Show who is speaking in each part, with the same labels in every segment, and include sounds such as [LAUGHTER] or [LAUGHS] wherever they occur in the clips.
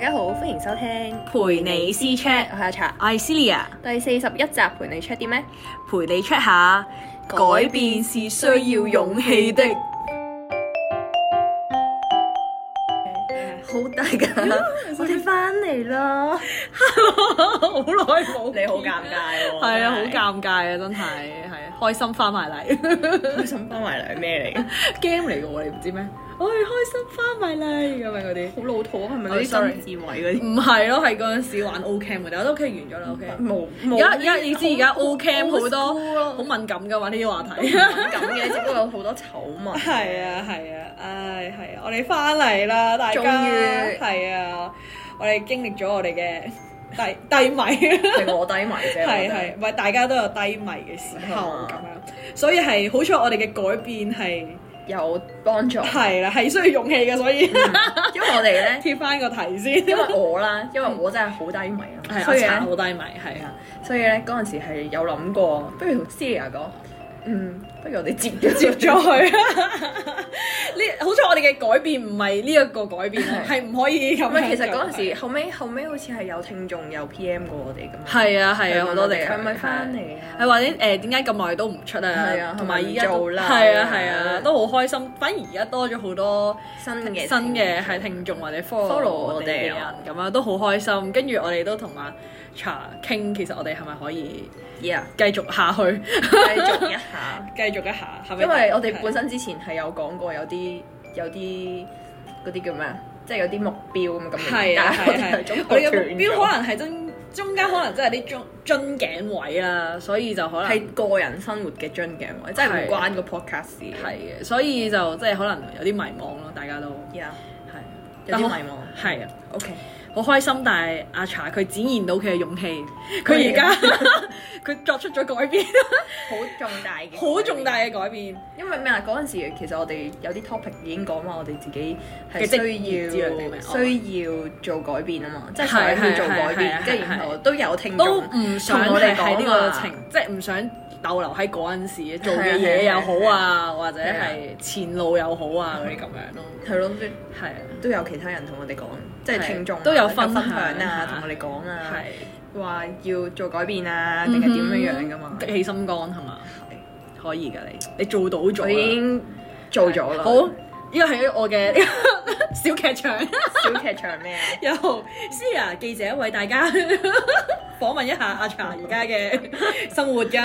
Speaker 1: 家好，歡迎收聽
Speaker 2: 陪你私 check，
Speaker 1: 我係阿茶，
Speaker 2: 我係 Celia，
Speaker 1: 第四十一集陪你 check 啲咩？
Speaker 2: 陪你 check 下，改變是需要勇氣的。好，大家，我哋翻嚟
Speaker 1: [LAUGHS]
Speaker 2: 啦，好耐冇見，
Speaker 1: 你好尷尬喎，
Speaker 2: 係啊，好尷尬啊，真係係開心翻埋嚟
Speaker 1: 尬，開心翻埋嚟咩嚟？
Speaker 2: game 嚟嘅喎，你唔知咩？ [LAUGHS] 我哋開心翻埋嚟咁樣嗰啲。
Speaker 1: 好老土啊係咪
Speaker 2: 嗰啲曾
Speaker 1: 志偉嗰啲？
Speaker 2: 唔係咯，係嗰陣時玩 O Cam 嗰啲，我都 OK 完咗啦，OK。
Speaker 1: 冇
Speaker 2: 而
Speaker 1: 冇
Speaker 2: 家而家你知而家 O Cam 好
Speaker 1: old
Speaker 2: 多
Speaker 1: school
Speaker 2: 好敏感噶嘛呢啲話題。
Speaker 1: 咁嘅，只不過有好多醜聞。
Speaker 2: 係啊係啊，唉係啊，我哋翻嚟啦，大家
Speaker 1: 終於
Speaker 2: 係啊，我哋經歷咗我哋嘅低 [LAUGHS] 低
Speaker 1: [LAUGHS]
Speaker 2: 迷，啊
Speaker 1: 係我低迷啫，
Speaker 2: 係
Speaker 1: 我覺
Speaker 2: 係，唔係大家都有低迷嘅時候咁樣，所以係好彩我哋嘅改變係
Speaker 1: 得有幫助，
Speaker 2: 係啦，係需要勇氣嘅，所以
Speaker 1: 因為我哋 [LAUGHS] 咧，
Speaker 2: [LAUGHS] 貼翻個題先。
Speaker 1: 因為我啦，因為我真係好低迷啊，
Speaker 2: 係
Speaker 1: 所以
Speaker 2: 我
Speaker 1: 咧
Speaker 2: 茶。好低迷，係啊，
Speaker 1: 所以咧嗰陣時係有諗過，不如同 Celia 講，嗯，不如我哋接咗接
Speaker 2: 再去
Speaker 1: 咗，
Speaker 2: [LAUGHS] 呢好彩我哋嘅改變唔係呢一個改變，係唔可以咁
Speaker 1: 唔係
Speaker 2: 樣。
Speaker 1: 其實嗰陣時後尾後尾好似係有聽眾有 PM 過我哋咁樣，
Speaker 2: 係啊係
Speaker 1: 佢問
Speaker 2: 啊，好
Speaker 1: 我
Speaker 2: 多
Speaker 1: 哋
Speaker 2: 謝
Speaker 1: 係咪翻嚟
Speaker 2: 係
Speaker 1: 啊？
Speaker 2: 或者誒點解咁耐都唔出
Speaker 1: 係啊
Speaker 2: 啊？同埋
Speaker 1: 係咪唔
Speaker 2: 依家都
Speaker 1: 做啦
Speaker 2: 係啊係啊，都好開心。反而而家多咗好多
Speaker 1: 新嘅
Speaker 2: 新嘅係聽眾或者
Speaker 1: Follow
Speaker 2: follow
Speaker 1: 我
Speaker 2: 我
Speaker 1: 哋
Speaker 2: 哋嘅人咁樣，都好開心。跟住我哋都同阿茶傾，其實我哋係咪可以
Speaker 1: [LAUGHS] 呀，
Speaker 2: 繼續下去？
Speaker 1: 繼續一下，
Speaker 2: [LAUGHS] 繼續一下，係咪？
Speaker 1: 因為我哋本身之前係有講過有啲有啲嗰啲叫咩啊？即係有啲目標咁咁樣，
Speaker 2: 係啊
Speaker 1: 但係
Speaker 2: 係啊
Speaker 1: 係中
Speaker 2: 係，我哋嘅目標可能係真中間可能真係啲中樽頸位啦，所以就可能
Speaker 1: 係個人生活嘅樽頸位，即係唔
Speaker 2: 係
Speaker 1: 關個 podcast 事。
Speaker 2: 係嘅，所以就即係可能有啲迷茫咯，大家都
Speaker 1: 呀，
Speaker 2: 係
Speaker 1: 有啲
Speaker 2: 但好
Speaker 1: 迷茫。
Speaker 2: 係啊。
Speaker 1: OK。
Speaker 2: 好開心，但係阿茶佢展現到佢嘅勇氣，佢而家 [LAUGHS] 佢作出咗改
Speaker 1: [LAUGHS]
Speaker 2: 變，
Speaker 1: 好重大嘅，
Speaker 2: 好重大。嘅改變。
Speaker 1: 因為咩啊？嗰陣時其實我哋有啲 topic 已經講話，我哋自己係
Speaker 2: 嘅職業
Speaker 1: 需
Speaker 2: 之類定咩哦
Speaker 1: 要需要做改變啊嘛，即係
Speaker 2: 係
Speaker 1: 想要
Speaker 2: 係
Speaker 1: 做改變，
Speaker 2: 係係
Speaker 1: 跟住然後都有聽
Speaker 2: 都
Speaker 1: 眾
Speaker 2: 唔想
Speaker 1: 同我哋
Speaker 2: 係
Speaker 1: 講
Speaker 2: 喺呢個
Speaker 1: 嘛
Speaker 2: 情，即係唔想逗留喺嗰陣時做
Speaker 1: 係啊係
Speaker 2: 嘅
Speaker 1: 啊
Speaker 2: 嘢又好
Speaker 1: 係
Speaker 2: 啊，或者係前路又好啊嗰啲咁樣咯。
Speaker 1: 係咯，
Speaker 2: 係啊，
Speaker 1: 都有其他人同我哋講，即係
Speaker 2: 係
Speaker 1: 聽眾啊
Speaker 2: 都有分享
Speaker 1: 啊，
Speaker 2: 啊
Speaker 1: 同我哋講啊，
Speaker 2: 係
Speaker 1: 話要做改變啊，
Speaker 2: 嗯
Speaker 1: 定係點樣樣噶嘛？
Speaker 2: 激起心肝係嘛？可以㗎你，你做到咗
Speaker 1: 我
Speaker 2: 啦，
Speaker 1: 已經做咗啦。
Speaker 2: 好，呢個係我嘅 [LAUGHS] 小劇場。
Speaker 1: 小劇場咩
Speaker 2: [LAUGHS]
Speaker 1: 啊？
Speaker 2: 由 Sia 啊記者為大家 [LAUGHS] 訪問一下阿茶而家
Speaker 1: [LAUGHS]
Speaker 2: 嘅生活㗎，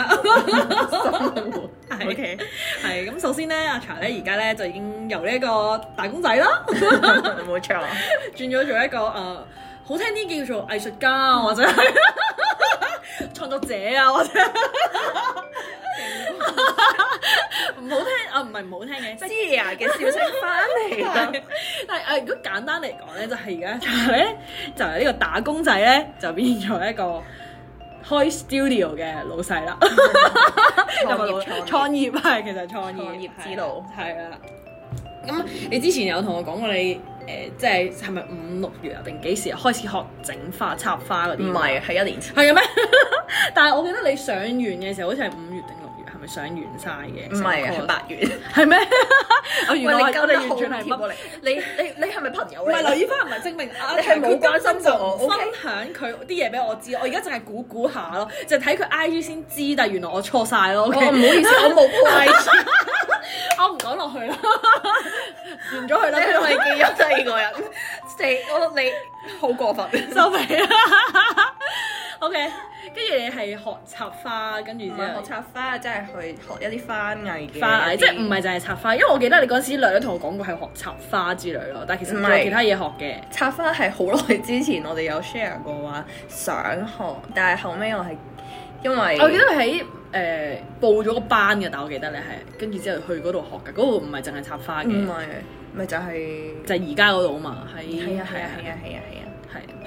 Speaker 1: 生活
Speaker 2: 係
Speaker 1: OK， [LAUGHS]
Speaker 2: 係咁首先咧，阿茶咧而家咧就已經由呢一個打工仔啦， [LAUGHS]
Speaker 1: 冇錯，
Speaker 2: 轉咗做一個誒、呃好聽啲叫做藝術家
Speaker 1: 嗯
Speaker 2: 啊或者係 [LAUGHS] 創作者啊，或者
Speaker 1: [LAUGHS]
Speaker 2: [LAUGHS] 唔好聽啊，唔係唔好聽嘅，即係
Speaker 1: Celia 嘅笑聲翻嚟啦。 [LAUGHS]
Speaker 2: [LAUGHS] 但係誒，如果簡單嚟講咧，就係而家 [LAUGHS] 就係咧，就係呢個打工仔咧，就變咗一個開 studio 嘅老細啦。
Speaker 1: 創業創
Speaker 2: [LAUGHS] 創業係其實創業
Speaker 1: 創業之路
Speaker 2: 係啊。咁你之前有同我講過你誒，即係係咪五六月啊？定幾時開始學整花插花嗰
Speaker 1: 業
Speaker 2: 啲？啊
Speaker 1: 唔係係一年前，
Speaker 2: 係嘅咩？ [LAUGHS] 但係我記得你上完嘅時候，好似係五月定六月，係咪上完晒嘅？
Speaker 1: 唔係係
Speaker 2: 成個 course
Speaker 1: 八月。
Speaker 2: 啊係咩？我原
Speaker 1: 喂，
Speaker 2: 來
Speaker 1: 你
Speaker 2: 我
Speaker 1: 夠
Speaker 2: 真
Speaker 1: 你
Speaker 2: 係
Speaker 1: 完
Speaker 2: 完
Speaker 1: 全
Speaker 2: 全
Speaker 1: 係
Speaker 2: 係
Speaker 1: 貼
Speaker 2: 乜
Speaker 1: 過嚟，你你你係咪朋友
Speaker 2: 唔
Speaker 1: 嚟？
Speaker 2: 係劉以花唔係證明啊，
Speaker 1: 你係冇關心過我
Speaker 2: 佢根本就唔
Speaker 1: OK？
Speaker 2: 分享佢啲嘢俾我知，我而家淨係估估下咯，就睇佢 IG 先知，但係原來我錯晒咯。
Speaker 1: 我
Speaker 2: OK，
Speaker 1: 哦唔好意
Speaker 2: [LAUGHS]
Speaker 1: 思，我冇 IG，
Speaker 2: 我唔講落去啦，
Speaker 1: [LAUGHS]
Speaker 2: 完咗佢
Speaker 1: 你
Speaker 2: 啦，
Speaker 1: 係咪記咗第二個
Speaker 2: [LAUGHS]
Speaker 1: 人？死我你好過分，
Speaker 2: 收皮啦。OK，跟住你係學插花，跟住
Speaker 1: 唔
Speaker 2: 之
Speaker 1: 係
Speaker 2: 後
Speaker 1: 學。插花，即係去學一啲花藝嘅
Speaker 2: 花藝，
Speaker 1: 一啲
Speaker 2: 即係唔係就係插花，因為我記得你嗰陣時略略同我講過係學插花之類咯，但係其實
Speaker 1: 唔
Speaker 2: 仲
Speaker 1: 係
Speaker 2: 有其他嘢學嘅。
Speaker 1: 插花係好耐之前我哋有 share 過話想學，但係後尾我係因為
Speaker 2: 我記得你喺誒、呃、報咗個班嘅，但我記得你係跟住之後去嗰度學嘅，嗰度唔係淨係插花嘅。
Speaker 1: 唔係咪就係
Speaker 2: 就係而家嗰度嗯啊嘛，喺
Speaker 1: 係啊係啊係啊係啊係啊，
Speaker 2: 係啊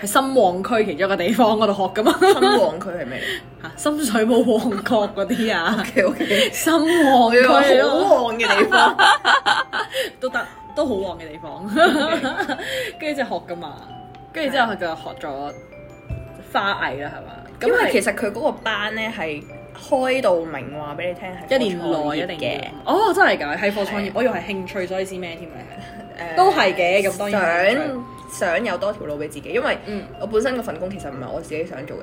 Speaker 2: 喺深旺區其中一個地方嗰度學噶嘛，
Speaker 1: 新旺佢係咩
Speaker 2: [LAUGHS] 嚇深水埗旺角嗰啲啊，
Speaker 1: ？OK OK，
Speaker 2: 深旺
Speaker 1: 我要話
Speaker 2: 區咯，
Speaker 1: 好旺嘅地方。
Speaker 2: 都得都好旺嘅地方，跟住就學噶嘛，跟住之後佢就學咗花藝啦，係嘛？
Speaker 1: 因為
Speaker 2: 咁
Speaker 1: 其
Speaker 2: 其
Speaker 1: 實佢嗰個班咧係開到明話俾你聽係
Speaker 2: 一年內
Speaker 1: 科創業
Speaker 2: 一定
Speaker 1: 嘅。
Speaker 2: 要。哦，真係㗎，係課創
Speaker 1: 係
Speaker 2: 業
Speaker 1: 啊，
Speaker 2: 我以為係興趣，所以知咩添咧。
Speaker 1: 誒
Speaker 2: 都係嘅咁當然係
Speaker 1: 想想有多條路俾自己，因為
Speaker 2: 嗯
Speaker 1: 我本身嗰份工其實唔係我自己想做嘅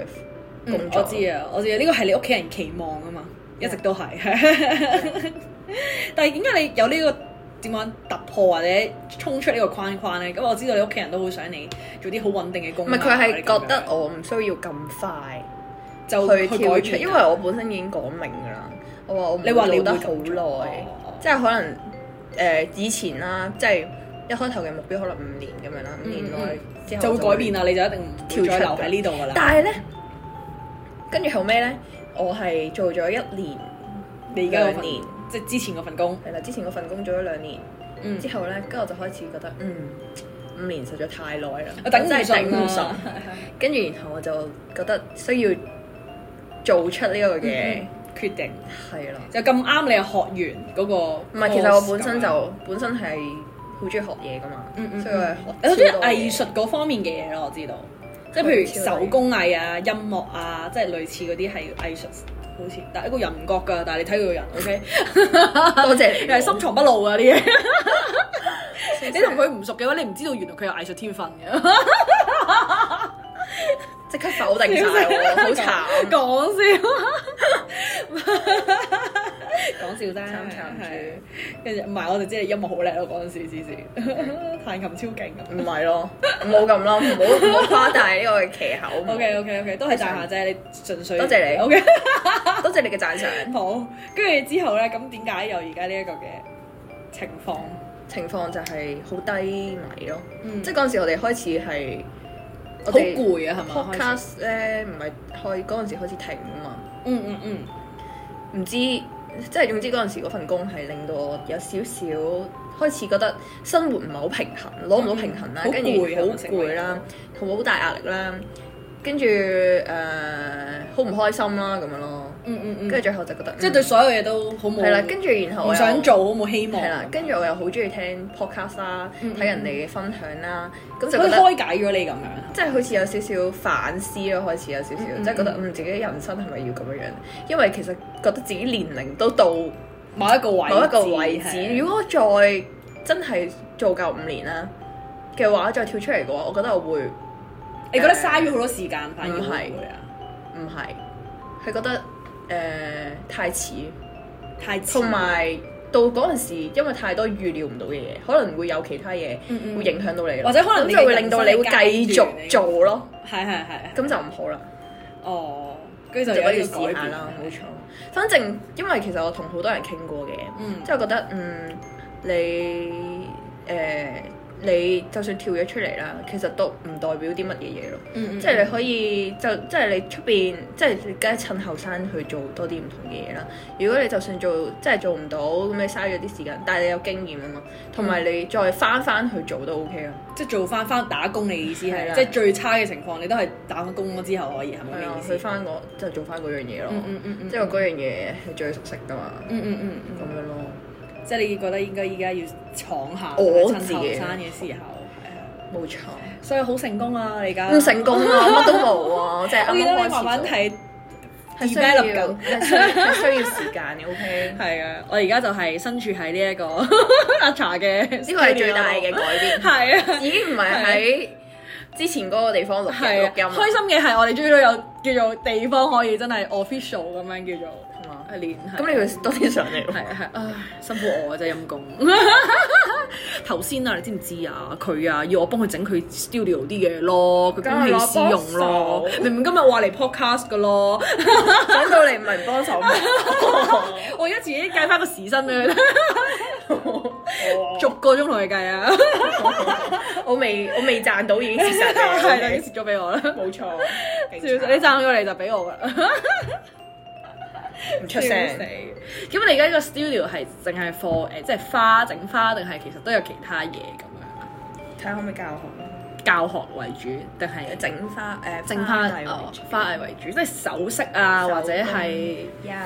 Speaker 1: 工作。
Speaker 2: 我知啊，我知啊，呢個係你屋企人期望啊嘛，一直都係。 [LAUGHS] 但係點解你有呢、個點講突破或者衝出呢個框框咧？咁我知道你屋企人都好想你做啲好穩定嘅工
Speaker 1: 唔
Speaker 2: 啊。
Speaker 1: 係佢係
Speaker 2: 或者咁樣
Speaker 1: 覺得我唔需要咁快
Speaker 2: 就
Speaker 1: 去
Speaker 2: 去
Speaker 1: 跳
Speaker 2: 改
Speaker 1: 出，
Speaker 2: 變，啊
Speaker 1: 因為我本身已經講明㗎啦。我話我唔
Speaker 2: 你話你
Speaker 1: 會做得
Speaker 2: 會咁做
Speaker 1: 好耐，
Speaker 2: 哦
Speaker 1: 即係可能誒、呃以前啦，即係一開頭嘅目標可能五年咁樣啦，五年
Speaker 2: 嗯
Speaker 1: 內之後
Speaker 2: 就
Speaker 1: 我
Speaker 2: 會改變啊啦，你就一定唔
Speaker 1: 跳
Speaker 2: 會再
Speaker 1: 出
Speaker 2: 留喺呢度噶啦。
Speaker 1: 但係咧，跟住後尾咧，我係做咗一年，
Speaker 2: 你而家嗰
Speaker 1: 兩
Speaker 2: 份
Speaker 1: 年
Speaker 2: 即係之前嗰份工，
Speaker 1: 係啦，之前嗰份工做咗兩年，
Speaker 2: 嗯
Speaker 1: 之，後咧，跟住我就開始覺得，嗯，五年實在太耐啦，
Speaker 2: 我頂唔
Speaker 1: 真係頂唔
Speaker 2: 順
Speaker 1: 順
Speaker 2: 啊。。
Speaker 1: 跟住然後我就覺得需要做出呢個
Speaker 2: 嗯
Speaker 1: 嘢，
Speaker 2: 決定
Speaker 1: 係啦、
Speaker 2: 就咁啱你係學員嗰個 course
Speaker 1: 唔
Speaker 2: 咁樣。
Speaker 1: 係，其實我本身就本身係好中意學嘢噶嘛，
Speaker 2: 嗯嗯
Speaker 1: 所以我係
Speaker 2: 你好
Speaker 1: 學
Speaker 2: 中意
Speaker 1: 超多嘢
Speaker 2: 藝術嗰方面嘅嘢咯，我知道，即係譬如手工藝啊、音樂啊，即係類似嗰啲係藝術，好似但係一個人唔覺㗎，但係你睇佢個人，OK，
Speaker 1: 嗯多謝
Speaker 2: 你
Speaker 1: 你
Speaker 2: [LAUGHS] 係深藏不露啊
Speaker 1: [LAUGHS]
Speaker 2: 啲嘢，
Speaker 1: 你
Speaker 2: 你同佢唔熟嘅話，你唔知道原來佢有藝術天分
Speaker 1: [LAUGHS]
Speaker 2: 嘅，
Speaker 1: 即刻否定晒我，好慘。
Speaker 2: [LAUGHS] 講笑，講笑啫，
Speaker 1: 慘慘住
Speaker 2: 係跟住唔係我就知你音樂好叻咯，嗰陣時之前 [LAUGHS] 彈琴超勁咁。
Speaker 1: 唔係咯，唔好咁咯，唔好唔好誇大呢個旗口。唔好
Speaker 2: O K O K O K，都係讚下啫，你純粹
Speaker 1: 多謝你
Speaker 2: O K。
Speaker 1: 多謝你嘅讚賞。
Speaker 2: 好，跟住之後咧，咁點解有而家呢一個嘅情況？
Speaker 1: 情況就係好低迷咯，
Speaker 2: 嗯
Speaker 1: 即
Speaker 2: 即
Speaker 1: 係
Speaker 2: 係
Speaker 1: 嗰陣時我哋開始係
Speaker 2: 好
Speaker 1: 我哋
Speaker 2: 攰啊，係嘛？開始
Speaker 1: podcast 咧，唔係開嗰陣時開始停啊嘛，
Speaker 2: 嗯嗯嗯，
Speaker 1: 唔知即係總之嗰陣時嗰份工係令到我有少少開始覺得生活唔係好平衡，攞唔到平衡啦，
Speaker 2: 嗯
Speaker 1: 跟住
Speaker 2: 好攰啊
Speaker 1: 好攰啦，同好大壓力啦，跟住誒好唔開心啦咁樣咯，
Speaker 2: 嗯嗯嗯，
Speaker 1: 跟住最後就覺得
Speaker 2: 即係對所有嘢都好冇
Speaker 1: 係啦，跟住然後我
Speaker 2: 唔
Speaker 1: 又
Speaker 2: 想做，好冇希望。
Speaker 1: 係啦，跟住我又好中意聽 podcast 啦，
Speaker 2: 嗯
Speaker 1: 睇人哋嘅分享啦，咁就
Speaker 2: 佢
Speaker 1: 覺得
Speaker 2: 開解咗你咁樣。
Speaker 1: 即係好似有少少反思咯，開始有少少，
Speaker 2: 嗯嗯
Speaker 1: 即係覺得嗯自己人生係咪要咁樣樣？因為其實覺得自己年齡都到某
Speaker 2: 某一個位，
Speaker 1: 一個位置，
Speaker 2: 係
Speaker 1: 如果我再真係做夠五年啦嘅話，再跳出嚟嘅話，我覺得我會唔
Speaker 2: 你覺得嘥咗好多時間，反而
Speaker 1: 嗯唔係
Speaker 2: 會唔會啊？
Speaker 1: 係係覺得誒、呃太遲，
Speaker 2: 太遲
Speaker 1: 同埋到嗰陣時，因為太多預料唔到嘅嘢，可能會有其他嘢
Speaker 2: 嗯嗯
Speaker 1: 會影響到你咯
Speaker 2: 或，者可
Speaker 1: 咁
Speaker 2: 能你
Speaker 1: 就
Speaker 2: 嘅
Speaker 1: 會令到你會繼續做咯。
Speaker 2: 係係係係
Speaker 1: 咁就唔好啦，
Speaker 2: 哦，跟住
Speaker 1: 就
Speaker 2: 就
Speaker 1: 不
Speaker 2: 有
Speaker 1: 要
Speaker 2: 呢
Speaker 1: 試
Speaker 2: 個改
Speaker 1: 下
Speaker 2: 變
Speaker 1: 啦，冇錯。反正因為其實我同好多人傾過嘅，
Speaker 2: 嗯
Speaker 1: 即係覺得嗯你誒、呃你就算跳咗出嚟啦，其實都唔代表啲乜嘢嘢咯。
Speaker 2: 嗯嗯
Speaker 1: 即係你可以就即係你出邊，即係你梗係趁後生去做多啲唔同嘅嘢啦。如果你就算做即係做唔到，咁你嘥咗啲時間，但係你有經驗啊嘛，同埋你
Speaker 2: 嗯
Speaker 1: 再翻翻去做都 OK 啊咯。
Speaker 2: 即係做翻翻打工，你意思
Speaker 1: 係
Speaker 2: 係
Speaker 1: 啦
Speaker 2: 即係最差嘅情況，你都係打翻工咗之後可以係咪
Speaker 1: 係
Speaker 2: 咩
Speaker 1: 啊
Speaker 2: 意，思
Speaker 1: 去？翻嗰就做翻嗰樣嘢咯。
Speaker 2: 嗯嗯嗯嗯，
Speaker 1: 即係我嗰樣嘢係最熟悉噶嘛，
Speaker 2: 嗯嗯嗯
Speaker 1: 咁
Speaker 2: 嗯，
Speaker 1: 樣咯。
Speaker 2: 即係你覺得應該依家要闖下，
Speaker 1: 我
Speaker 2: 趁
Speaker 1: 自己
Speaker 2: 後生嘅時候，係啊
Speaker 1: 冇錯，
Speaker 2: 所以好成功啊！你而家
Speaker 1: 唔成，功
Speaker 2: [LAUGHS]
Speaker 1: 啊，乜都冇啊，我即係啱
Speaker 2: 我記得
Speaker 1: 啱
Speaker 2: 你慢慢
Speaker 1: 開始做，係
Speaker 2: 睇
Speaker 1: 需
Speaker 2: develop
Speaker 1: 要
Speaker 2: 緊。
Speaker 1: 係需要係需要時間嘅，OK。
Speaker 2: 係啊，我而家就係身處喺呢一個 [LAUGHS] 阿茶嘅，
Speaker 1: 呢個係最大嘅，改變，
Speaker 2: 係啊。
Speaker 1: 已經唔係喺之前嗰個地方錄
Speaker 2: 係啊，
Speaker 1: 錄音
Speaker 2: 開心嘅係我哋終於都有叫做地方可以真係 official 咁樣叫做
Speaker 1: 係
Speaker 2: 呃
Speaker 1: 嘛
Speaker 2: 練。
Speaker 1: 啊咁你要多啲上嚟喎。
Speaker 2: 係係，唉，辛苦我啊，真係陰公。 [LAUGHS] 頭先啊，你知唔知啊？佢啊，要我幫佢整佢 studio 啲嘢咯，佢公器私用
Speaker 1: 梗
Speaker 2: 咯
Speaker 1: 係攞幫。手
Speaker 2: 明明今日話嚟 podcast 噶咯，
Speaker 1: 想到你唔係幫手，
Speaker 2: 我而家自己計翻個時薪俾佢， [LAUGHS] 逐
Speaker 1: 仲
Speaker 2: 個鐘同佢計啊，
Speaker 1: 我未我未賺到已經事實
Speaker 2: [LAUGHS] 係啦，已
Speaker 1: 嚟
Speaker 2: 經蝕咗俾我啦。
Speaker 1: 嘅，冇錯。
Speaker 2: 笑死，你賺咗你就俾我啦，
Speaker 1: 唔出
Speaker 2: 笑
Speaker 1: 聲
Speaker 2: 死。咁你而家呢個 studio 係淨係 for 誒，即係花整花，定係其實都有其他嘢咁樣
Speaker 1: 睇下可唔可以教學啦。
Speaker 2: 教學為主，定係
Speaker 1: 整花誒
Speaker 2: 整花
Speaker 1: 藝
Speaker 2: 哦花藝為主，即係首飾啊，
Speaker 1: 手工
Speaker 2: 或者係
Speaker 1: 呀，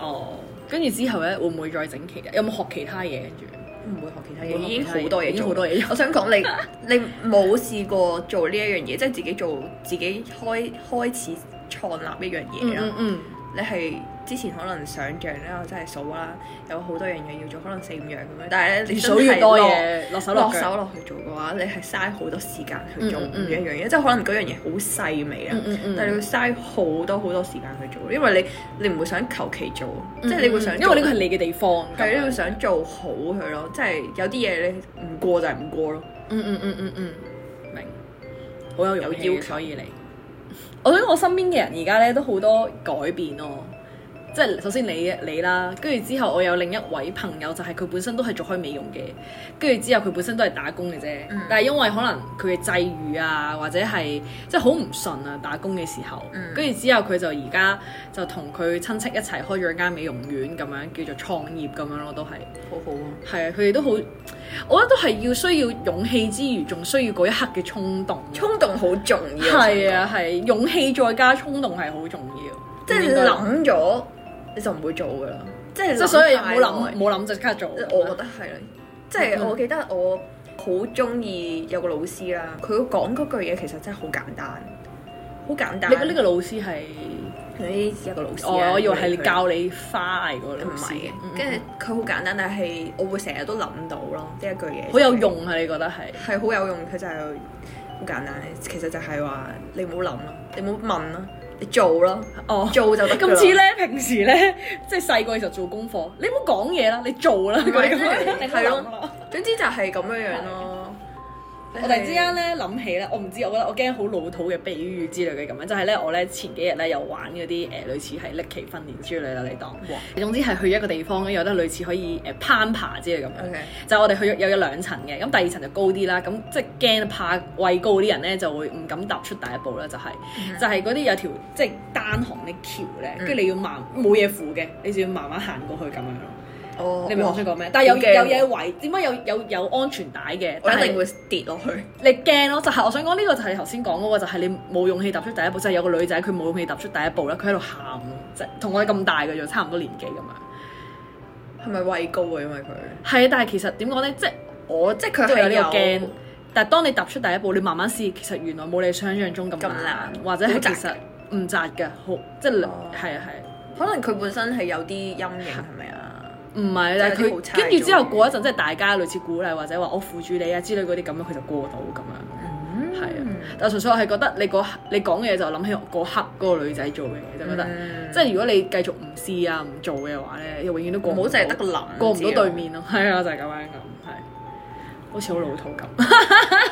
Speaker 2: 哦，跟住之後咧，會唔會再整其他？有冇學其他嘢？跟住
Speaker 1: 唔會學其他嘢，
Speaker 2: 冇學
Speaker 1: 已
Speaker 2: 其
Speaker 1: 經
Speaker 2: 他嘢
Speaker 1: 好多
Speaker 2: 已
Speaker 1: 嘢
Speaker 2: 經
Speaker 1: 做，
Speaker 2: 好多嘢做
Speaker 1: 我想講你，你 [LAUGHS] 冇試過做呢一樣嘢，即係自己做自己開開始創立一樣嘢啦。啊
Speaker 2: 嗯嗯
Speaker 1: 你係之前可能想像咧，我真係數啦，有好多樣嘢要做，可能四五樣咁樣，但係咧
Speaker 2: 越
Speaker 1: 你
Speaker 2: 數越多
Speaker 1: 真係落
Speaker 2: 嘢，落手落
Speaker 1: 落
Speaker 2: 腳。
Speaker 1: 手落去做嘅話，你係嘥好多時間去做
Speaker 2: 嗯
Speaker 1: 唔
Speaker 2: 嗯
Speaker 1: 一樣嘢，即係可能嗰樣嘢好細微啊，
Speaker 2: 嗯嗯嗯
Speaker 1: 但係你會嘥好多好多時間去做，因為你你唔會想求其做，即係你會想
Speaker 2: 嗯因為呢個係
Speaker 1: 你
Speaker 2: 你嘅地方。
Speaker 1: 係你會想做好佢咯，即係有啲嘢你唔過就係唔過咯。
Speaker 2: 嗯嗯嗯嗯嗯，明，好有勇氣
Speaker 1: 有
Speaker 2: 嘅
Speaker 1: 要求
Speaker 2: 所以你， [LAUGHS] 我覺得我身邊嘅人而家咧都好多改變咯。即係首先你你啦，跟住之後我有另一位朋友就係佢本身都係做開美容嘅，跟住之後佢本身都係打工嘅啫，
Speaker 1: 嗯
Speaker 2: 但係因為可能佢嘅際遇啊，或者係即係好唔順啊，打工嘅時候
Speaker 1: 嗯，
Speaker 2: 跟住、之後佢就而家就同佢親戚一齊開咗間美容院咁樣叫做創業咁樣咯，都係。
Speaker 1: 好好啊！
Speaker 2: 係啊，佢哋都好，我覺得都係要需要勇氣之餘，仲需要嗰一刻嘅衝動。
Speaker 1: 衝動好重要，
Speaker 2: 係，啊，係勇氣再加衝動係好重要。
Speaker 1: 即係你
Speaker 2: 應該，
Speaker 1: 諗咗你就唔會做噶啦，即係
Speaker 2: 即係所以
Speaker 1: 太
Speaker 2: 冇諗
Speaker 1: 耐
Speaker 2: 冇諗就即刻做。
Speaker 1: 我覺得係啦，即
Speaker 2: 嗯
Speaker 1: 係我記得我好中意有個老師啦，佢講嗰句嘢其實真係好簡單，好簡單。
Speaker 2: 你覺得呢個老師係，哦
Speaker 1: 你有個老師啊，
Speaker 2: 我我以為係你
Speaker 1: 佢
Speaker 2: 教你花藝嗰個老
Speaker 1: 唔
Speaker 2: 師
Speaker 1: 係嘅
Speaker 2: 嗯，
Speaker 1: 跟住佢好簡單，但係我會成日都諗到咯，呢一句嘢
Speaker 2: 好有，用啊！你覺得係？
Speaker 1: 係好有用。佢就係好簡單，其實就係話你唔好諗咯，你唔好問咯，你做咯，
Speaker 2: 哦
Speaker 1: 做就得㗎啦。
Speaker 2: 咁似咧，平時咧，即係細個嘅時候做功課，你唔好講嘢啦，你做啦，
Speaker 1: 唔係
Speaker 2: 嗰啲咁
Speaker 1: 即係
Speaker 2: 樣，你唔好
Speaker 1: 係咯
Speaker 2: 諗啦。
Speaker 1: 總之就係咁樣樣咯。
Speaker 2: 我突然之間咧諗起咧，我唔知，我覺得我驚好老土嘅比喻之類嘅咁樣，就係咧我咧前幾日咧有玩嗰啲誒類似係歷奇訓練之類啦，你當。
Speaker 1: 哇
Speaker 2: 總之係去一個地方，有得類似可以誒攀爬之類咁樣。
Speaker 1: ，OK，
Speaker 2: 就我哋去有有兩層嘅，咁第二層就高啲啦，咁即係驚怕畏高啲人咧就會唔敢踏出第一步啦，就係、就係嗰啲有條即係單行嘅橋咧，
Speaker 1: 嗯
Speaker 2: 跟住、你要慢冇嘢扶嘅，你就要慢慢行過去咁樣咯。
Speaker 1: 哦，
Speaker 2: 你明我想講咩？但係有
Speaker 1: 好驚
Speaker 2: 有嘢圍，點解有有有安全帶嘅？
Speaker 1: 我
Speaker 2: 但
Speaker 1: 一
Speaker 2: 係
Speaker 1: 定會跌落去。
Speaker 2: 你驚咯，就係、我想講呢個就係你頭先講嗰個，就係你冇勇氣踏出第一步，就係、有個女仔佢冇勇氣踏出第一步啦，佢喺度喊咯，即係同我哋咁大嘅啫，差唔多年紀咁樣。
Speaker 1: 係咪畏高啊？因為佢
Speaker 2: 係啊，但係其實點講咧，即係我
Speaker 1: 即係佢係
Speaker 2: 都有呢個
Speaker 1: 有
Speaker 2: 驚，但係當你踏出第一步，你慢慢試，其實原來冇你想象中咁
Speaker 1: 咁
Speaker 2: 難，
Speaker 1: 難
Speaker 2: 或者
Speaker 1: 好
Speaker 2: 係
Speaker 1: 窄
Speaker 2: 其實唔窄嘅，好即係係啊
Speaker 1: 哦
Speaker 2: 係啊。
Speaker 1: 可能佢本身係有啲陰影，係咪啊？
Speaker 2: 唔係，但係
Speaker 1: 即係有啲好
Speaker 2: 佢
Speaker 1: 差
Speaker 2: 跟住之後
Speaker 1: 嘅
Speaker 2: 過一陣，即係大家類似鼓勵或者話我扶住你啊之類嗰啲咁樣，佢就過到咁樣。係啊，但係純粹我係覺得你嗰你講嘅嘢就諗起我嗰刻嗰個女仔做嘅嘢，就覺得、
Speaker 1: 嗯
Speaker 2: 即係如果你繼續唔試啊唔做嘅話咧，又永遠都過
Speaker 1: 唔好
Speaker 2: 到
Speaker 1: 淨係得個諗，
Speaker 2: 過唔
Speaker 1: 知啊
Speaker 2: 到
Speaker 1: [LAUGHS]
Speaker 2: 對，面咯， [LAUGHS] 係啊，就係咁樣咁，係好似好老土咁。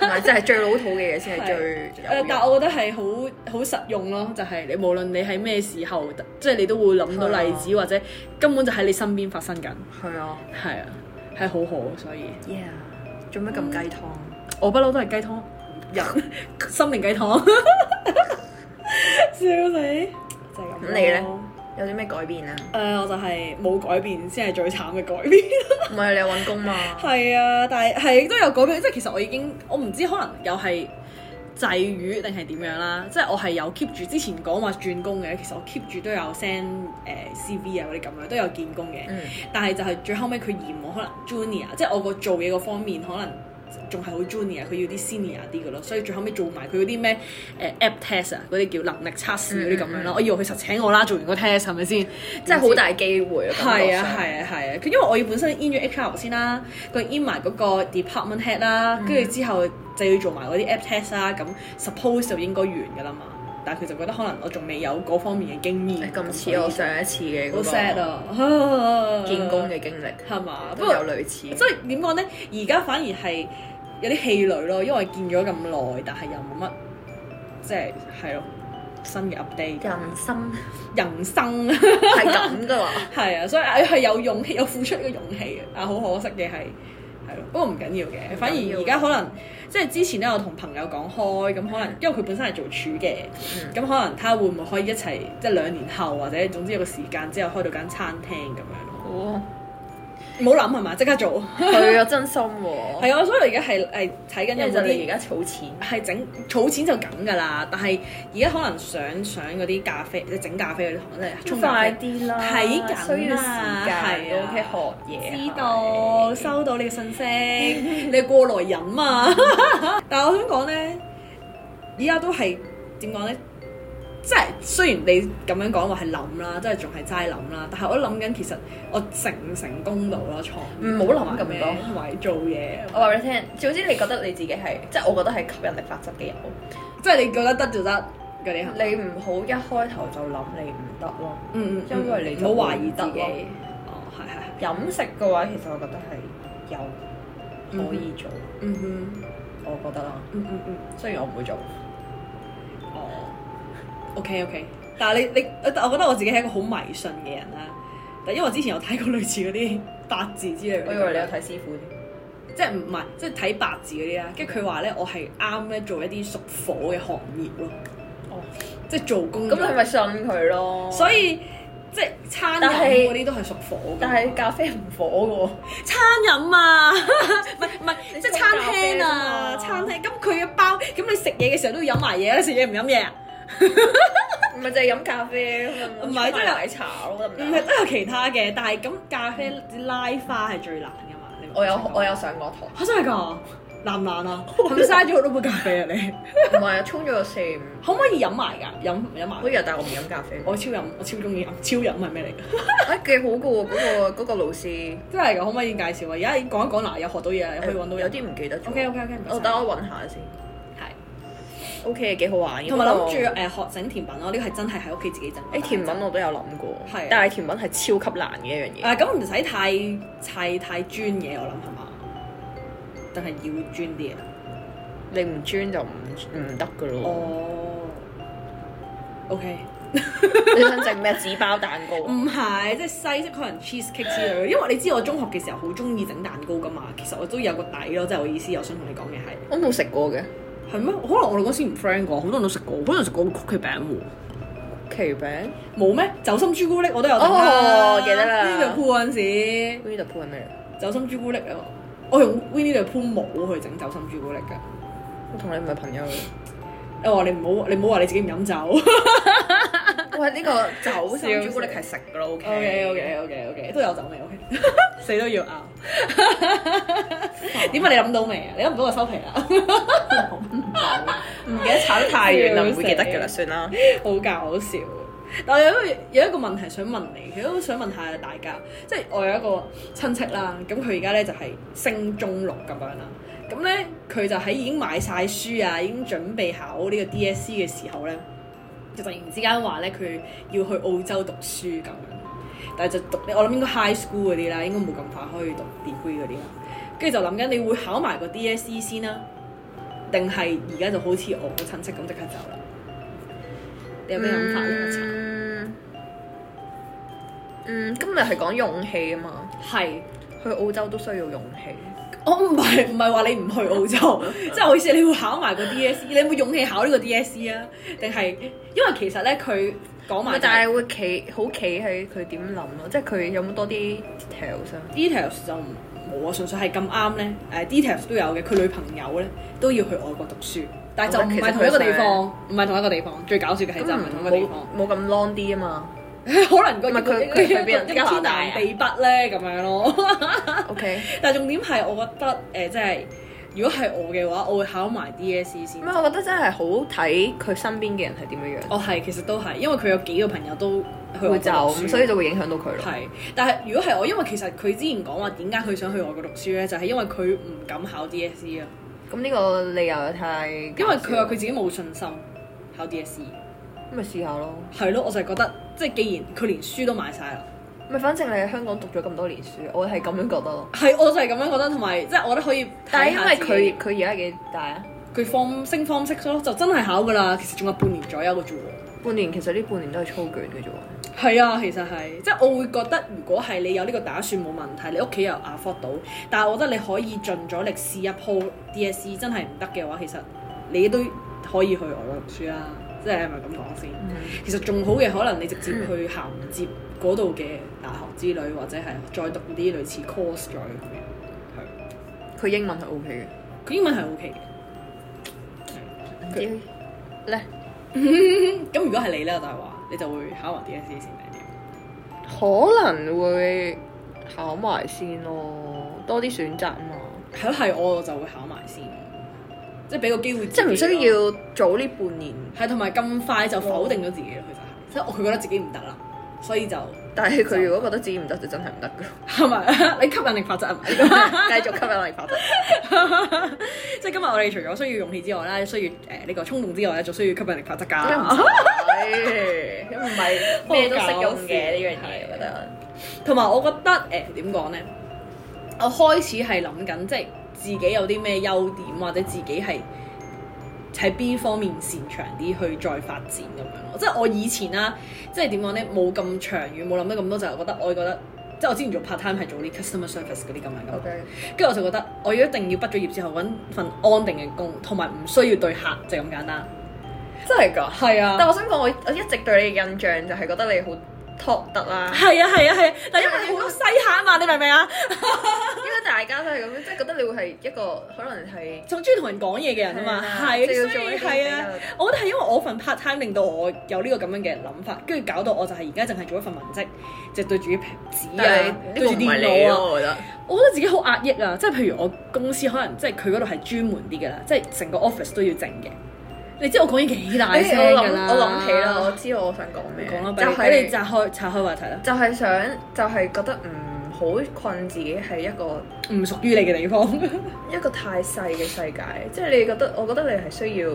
Speaker 1: 唔係即係最老土嘅嘢先係
Speaker 2: 係
Speaker 1: [LAUGHS] 最有
Speaker 2: 誒
Speaker 1: 用。
Speaker 2: 但我覺得係好好實用咯，就係、你無論你喺咩時候，即係啊你都會諗到例子，
Speaker 1: 係
Speaker 2: 或者根本就喺你身邊發生緊，
Speaker 1: 係啊
Speaker 2: 係啊，係好好，所以
Speaker 1: ，yeah，做咩嗯咁雞湯？
Speaker 2: 我不嬲都係雞湯人，心靈雞湯， [LAUGHS]
Speaker 1: 咁
Speaker 2: 笑死！就係咁咯。
Speaker 1: 你咧 [LAUGHS] 有啲咩改變啊？
Speaker 2: 誒、我就係冇改變先係最慘嘅改變。
Speaker 1: 唔係你有揾 [LAUGHS] 工嘛？
Speaker 2: 係啊，但係係都有改變，即係其實我已經我唔知可能又係際遇定係點樣啦，即係我係有 keep 住之前講話轉工嘅，其實我 keep 住都有 send 誒、呃 CV 啊嗰啲咁樣都有見工嘅，
Speaker 1: 嗯，
Speaker 2: 但係就係最後尾佢嫌我可能 junior，即係我個做嘢個方面可能。仲係好 junior，佢要啲 senior 啲嘅咯，所以最後尾做埋佢嗰啲咩誒 app test 啊，嗰啲叫能力測試嗰啲咁樣啦。我以為佢實請我啦，做完個 test 係咪先？
Speaker 1: 即係好大機會啊！
Speaker 2: 係啊係啊係啊！佢因為我要本身 in 咗 HR 先啦，佢 in 埋嗰個 department head 啦，
Speaker 1: 嗯
Speaker 2: 跟住之後就要做埋嗰啲 app test 啦，咁 suppose 就應該完㗎啦嘛。但係佢就覺得可能我仲未有嗰方面嘅經驗，
Speaker 1: 哎咁
Speaker 2: 所
Speaker 1: 似
Speaker 2: 以
Speaker 1: 我上一次嘅嗰
Speaker 2: 好
Speaker 1: 個
Speaker 2: sad 啊！
Speaker 1: [LAUGHS] 見工嘅經歷，
Speaker 2: 係嘛？不
Speaker 1: 都
Speaker 2: 過
Speaker 1: 有類似
Speaker 2: 即。係點講咧？而家反而係有啲氣餒咯，因為見咗咁耐，但係又冇乜即係係咯新嘅 update
Speaker 1: 人 [LAUGHS] 生
Speaker 2: 人生。啊
Speaker 1: 係咁噶啦，
Speaker 2: 係啊，所以係有勇 [LAUGHS] 氣，有付出呢個勇氣嘅，但係好可惜嘅係係咯，不過唔緊要嘅。反而而家可能即係之前咧，我同朋友講開，咁
Speaker 1: 嗯
Speaker 2: 可能因為佢本身係做廚嘅，咁、可能睇下會唔會可以一齊即係兩年後或者總之有個時間之後開到間餐廳咁樣咯。
Speaker 1: 哦，
Speaker 2: 唔好諗係嘛，即
Speaker 1: [LAUGHS]
Speaker 2: 刻做。
Speaker 1: 佢啊真心喎，
Speaker 2: 係啊，所以我而家係誒睇緊
Speaker 1: 因為
Speaker 2: 有
Speaker 1: 就
Speaker 2: 冇
Speaker 1: 你而
Speaker 2: 啲。
Speaker 1: 家儲錢，
Speaker 2: 係整儲錢就咁㗎啦，但係而家可能想上嗰啲咖啡，即係整咖啡嗰啲堂，即係沖咖啡
Speaker 1: 快啲啦，
Speaker 2: 睇緊啦
Speaker 1: 需要時間
Speaker 2: 係啊
Speaker 1: ，OK 學嘢，
Speaker 2: 知道收到你嘅信息， [LAUGHS] 你係過來人 [LAUGHS] 嘛？但係我想講咧，而家都係點講咧？即係雖然你咁樣講話係諗啦，即係仲係齋諗啦，但係我都諗緊其實我成唔成功到咯，創業
Speaker 1: 唔好諗咁多
Speaker 2: 同埋做嘢，
Speaker 1: 我話俾你聽，總之你覺得你自己係，即係我覺得係吸引力法則嘅人，
Speaker 2: 即係你覺得得就得嗰啲係咪
Speaker 1: 你唔好一開頭就諗你唔得咯。
Speaker 2: 嗯嗯，
Speaker 1: 因為你就
Speaker 2: 唔好懷疑自
Speaker 1: 會得
Speaker 2: 己
Speaker 1: 咯。
Speaker 2: 哦，係係係，
Speaker 1: 飲食嘅話，其實我覺得係有可以做，
Speaker 2: 嗯哼，
Speaker 1: 我覺得啦。
Speaker 2: 嗯嗯嗯，
Speaker 1: 雖然我唔會做，
Speaker 2: 哦，OK OK，但係你你，我覺得我自己係一個好迷信嘅人啦。但因為我之前有睇過類似嗰啲八字之類嗰啲，
Speaker 1: 我以為你有睇師傅添。
Speaker 2: 即係唔係即係睇八字嗰啲啦，跟住佢話咧，我係啱咧做一啲屬火嘅行業咯，
Speaker 1: 哦，
Speaker 2: 即係做工
Speaker 1: 咁
Speaker 2: 作。
Speaker 1: 你咪信佢咯。
Speaker 2: 所，以即係餐飲
Speaker 1: 但係
Speaker 2: 嗰啲都係屬火㗎嘛。
Speaker 1: 但係咖啡唔火
Speaker 2: 餐飲
Speaker 1: [LAUGHS]
Speaker 2: 啊，唔係唔係，
Speaker 1: 你
Speaker 2: 即係
Speaker 1: 沖
Speaker 2: 餐
Speaker 1: 咖啡
Speaker 2: 廳啊，
Speaker 1: 啫嘛
Speaker 2: 餐廳。咁佢嘅包，咁你食嘢嘅時候都要飲埋嘢啦，食嘢唔飲嘢啊？
Speaker 1: 嘅喎，唔係就係飲咖啡啊咁樣。
Speaker 2: 唔係
Speaker 1: 即
Speaker 2: 都有
Speaker 1: 係奶茶咯，得
Speaker 2: 唔
Speaker 1: 唔
Speaker 2: 係
Speaker 1: 得？
Speaker 2: 都有其他嘅，但係咁咖啡拉花係最難㗎嘛。你明唔明
Speaker 1: 我有
Speaker 2: 講
Speaker 1: 我有上過堂。
Speaker 2: 嚇啊真係㗎，難唔
Speaker 1: [LAUGHS]
Speaker 2: 難啊？係咪嘥咗好多杯咖啡啊？你
Speaker 1: 唔係啊，沖咗四五
Speaker 2: 可唔可以飲埋㗎？飲飲埋
Speaker 1: 嗰。日，但係我唔飲咖啡。 [LAUGHS]
Speaker 2: 我超飲，我超中意飲。超飲係咩嚟㗎？ [LAUGHS]
Speaker 1: 啊，幾好嘅喎，嗰個嗰個老師，
Speaker 2: 真係㗎，可唔可以介紹啊？而家講一講嗱，有學到嘢啦，又可以揾到
Speaker 1: 有
Speaker 2: 人。
Speaker 1: 啲唔記得咗。
Speaker 2: OK OK OK，
Speaker 1: 我等我揾下先。
Speaker 2: 係。
Speaker 1: OK，幾好玩嘅。
Speaker 2: 同埋諗住
Speaker 1: 不過
Speaker 2: 誒學整甜品咯，呢個係真係喺屋企自己整。
Speaker 1: 誒甜品我都有諗過
Speaker 2: 係啊，
Speaker 1: 但係甜品係超級難嘅一樣嘢。
Speaker 2: 啊，咁唔使太太太專嘢，我諗係嘛？定係要專啲啊？
Speaker 1: 你唔專就唔唔得噶咯。
Speaker 2: 哦，OK，哦
Speaker 1: 你想整咩紙包蛋糕？啊
Speaker 2: 唔係即係西式可能 cheesecake 之類，因為你知我中學嘅時候好中意整蛋糕噶嘛，其實我都有個底咯，即係我意思，我想同你講嘅係
Speaker 1: 我冇食過嘅
Speaker 2: 係咩？可能我哋嗰時唔 friend 過，好多人都食過，好多人食過曲奇餅喎。
Speaker 1: 奇餅。
Speaker 2: 冇咩？酒心朱古力我都有整
Speaker 1: 哦記得啦
Speaker 2: 呢度鋪嗰陣時，
Speaker 1: 呢度鋪係咩嚟？
Speaker 2: 酒心朱古力啊，我用 Winnie 度鋪冇去整酒心朱古力㗎。
Speaker 1: 我同你唔係朋友嚟。
Speaker 2: 我話你唔好，你唔好話你自己唔飲酒。
Speaker 1: 喂，呢個酒心
Speaker 2: 笑
Speaker 1: 朱古力係食噶咯。
Speaker 2: OK OK，都有酒味
Speaker 1: [LAUGHS]
Speaker 2: OK，死都要拗。 [LAUGHS] 點解你諗到未啊？你諗唔到就收皮啦，
Speaker 1: [LAUGHS] 唔記得炒得太遠啦，
Speaker 2: 笑
Speaker 1: 唔
Speaker 2: 死
Speaker 1: 會記得噶啦，算啦。
Speaker 2: 好搞笑。但我有一個有一個問題想問你，其實都想問下大家，即係我有一個親戚啦，咁佢而家咧就係升中六咁樣啦，咁咧佢就喺已經買晒書啊，已經準備考呢個 DSE 嘅時候咧，就突然之間話咧佢要去澳洲讀書咁樣。但係就讀我諗應該 high school 嗰啲啦，應該冇咁快可以讀 degree 嗰啲啦。跟住就諗緊你會考埋個 DSE 先啦，定係而家就好似我個親戚咁即刻走啦？你有咩諗法啊咧？
Speaker 1: 嗯嗯，今日係講勇氣啊嘛，
Speaker 2: 係、
Speaker 1: 去澳洲都需要勇氣。
Speaker 2: 我唔係唔係話你唔去澳
Speaker 1: [LAUGHS]
Speaker 2: 洲，即係我意思你會考埋個 DSE，你有冇勇氣考呢個 DSE 啊？定係因為其實咧佢講埋
Speaker 1: 咪
Speaker 2: 就係
Speaker 1: 啊但係會企好企喺佢點諗咯，即係佢有冇多啲 details 啊？
Speaker 2: details 就唔冇啊，純粹係咁啱咧。誒、details 都有嘅，佢女朋友咧都要去外國讀書，但係
Speaker 1: 啊
Speaker 2: 就唔係同一個地方，唔係同一個地方。最搞笑嘅係就唔係同一個地方， [LAUGHS]
Speaker 1: 嗯冇冇咁 long 啲啊嘛。
Speaker 2: 可能個
Speaker 1: 唔係啊佢
Speaker 2: [LAUGHS] 個
Speaker 1: 佢係俾人
Speaker 2: 個
Speaker 1: 加拿
Speaker 2: 天
Speaker 1: 大啊
Speaker 2: 南地北咧咁樣咯。 [LAUGHS]
Speaker 1: OK，
Speaker 2: 但係重點係，我覺得誒、即係如果係我嘅話，我會考埋 DSE 先
Speaker 1: 唔。係我覺得真係好睇佢身邊嘅人係點樣樣，
Speaker 2: 哦，係，其實都係，因為佢有幾個朋友都去外國
Speaker 1: 會
Speaker 2: 讀
Speaker 1: 就
Speaker 2: 書
Speaker 1: 咁，所以就會影響到佢咯。
Speaker 2: 係，但係如果係我，因為其實佢之前講話點解佢想去外國讀書咧，就係、因為佢唔敢考 DSE 啊。
Speaker 1: 咁呢個理由又太
Speaker 2: 因
Speaker 1: 因
Speaker 2: 為佢話佢自己冇信心考 DSE，
Speaker 1: 咪試下咯。
Speaker 2: 係咯，我就係覺得即係既然佢連書都買晒啦，
Speaker 1: 咪反正你喺香港讀咗咁多年書，我係咁樣覺得咯。
Speaker 2: 係我就係咁樣覺得，同埋即係我覺得可以
Speaker 1: 但係
Speaker 2: 睇
Speaker 1: 因
Speaker 2: 下自己。
Speaker 1: 為佢佢而家幾大啊？
Speaker 2: 佢放升放息咯，就真係考㗎啦，其實仲有半年左右嘅啫喎。
Speaker 1: 半年其實呢半年都係操卷嘅啫喎。
Speaker 2: 係啊，其實係，即係我會覺得，如果係你有呢個打算冇問題，你屋企又 afford 到，但係我覺得你可以盡咗力試一鋪 DSE，真係唔得嘅話，其實你都可以去外國讀書啦，即係係咪咁講先？其實仲好嘅，可能你直接去銜接嗰度嘅大學之類，或者係再讀啲類似 course 再咁樣。
Speaker 1: 佢英文係 O K
Speaker 2: 係，佢英文係 OK
Speaker 1: 嘅。佢咧
Speaker 2: 嘅。咁如果係你咧，我就係話你就會考埋 DSE 先定點？
Speaker 1: 可能會考埋先咯，多啲選擇啊嘛。
Speaker 2: 係咯，係我就會考埋先。即係俾個機會自
Speaker 1: 即
Speaker 2: 己
Speaker 1: 係
Speaker 2: 咯，
Speaker 1: 唔需要早呢半年，
Speaker 2: 係同埋咁快就否定咗自己咯，佢就係，即係佢覺得自己唔得啦，所以就
Speaker 1: 但係佢如果覺得自己唔得，就真係唔得 [LAUGHS] 㗎。
Speaker 2: 係咪？ [LAUGHS] 你吸引力法則係 [LAUGHS] 咪呢個？
Speaker 1: 繼續吸引力法則， [LAUGHS]
Speaker 2: 即係今日我哋除咗需要勇氣之外啦，需要誒呢個衝動之外咧，仲需要吸引力法則
Speaker 1: 咁又唔
Speaker 2: 㗎。
Speaker 1: 使，咁唔係咩都識用嘅呢樣嘢，我覺得。
Speaker 2: 同埋我覺得誒點講咧，我開始係諗緊即係自己有啲咩優點，或者自己係喺邊方面擅長啲去再發展咁樣咯。即係我以前啦，即係點講咧，冇咁長遠，冇諗得咁多，就係覺得我覺得。即係我之前做 part time 係做啲 customer service 嗰啲咁樣咁，
Speaker 1: OK，
Speaker 2: 跟住我就覺得我一定要畢咗業之後揾份安定嘅工，同埋唔需要對客就咁簡單。
Speaker 1: 真係㗎。
Speaker 2: 係啊
Speaker 1: 但我想講，我我一直對你嘅印象就係覺得你好 talk 得啦，
Speaker 2: [LAUGHS] 係啊係啊係啊，但因為你好多西客啊嘛，你明唔明啊？
Speaker 1: 因為大家都係咁樣，即係覺得你會係一個可能係
Speaker 2: 仲中意同人講嘢嘅人啊嘛，係
Speaker 1: 即係要
Speaker 2: 啊，
Speaker 1: 做
Speaker 2: 所以
Speaker 1: 呢啲
Speaker 2: 係啊，
Speaker 1: 比較
Speaker 2: 我覺得係因為我份 part time 令到我有呢個咁樣嘅諗法，跟住搞到我就係而家淨係做一份文職，就對住啲紙
Speaker 1: 但係
Speaker 2: 啊，
Speaker 1: 呢
Speaker 2: 對
Speaker 1: 個
Speaker 2: 住
Speaker 1: 唔
Speaker 2: 電
Speaker 1: 係你
Speaker 2: 腦啊。
Speaker 1: 咯，我覺得。
Speaker 2: 我覺得自己好壓抑啊！即係譬如我公司可能即係佢嗰度係專門啲嘅啦，即係成個 office 都要靜嘅。你知我講嘢幾大聲
Speaker 1: 誒我
Speaker 2: 㗎
Speaker 1: 諗
Speaker 2: 啦？
Speaker 1: 哎我諗起啦，我知我想講
Speaker 2: 你
Speaker 1: 咩，
Speaker 2: 講啦，
Speaker 1: 就
Speaker 2: 俾你俾你
Speaker 1: 係
Speaker 2: 拆開拆開話題啦，
Speaker 1: 就係想就係覺得唔好困自己係一個
Speaker 2: 唔屬於你嘅地
Speaker 1: [LAUGHS]
Speaker 2: 方。
Speaker 1: 一個太細嘅世界，即係你覺得我覺得你係需要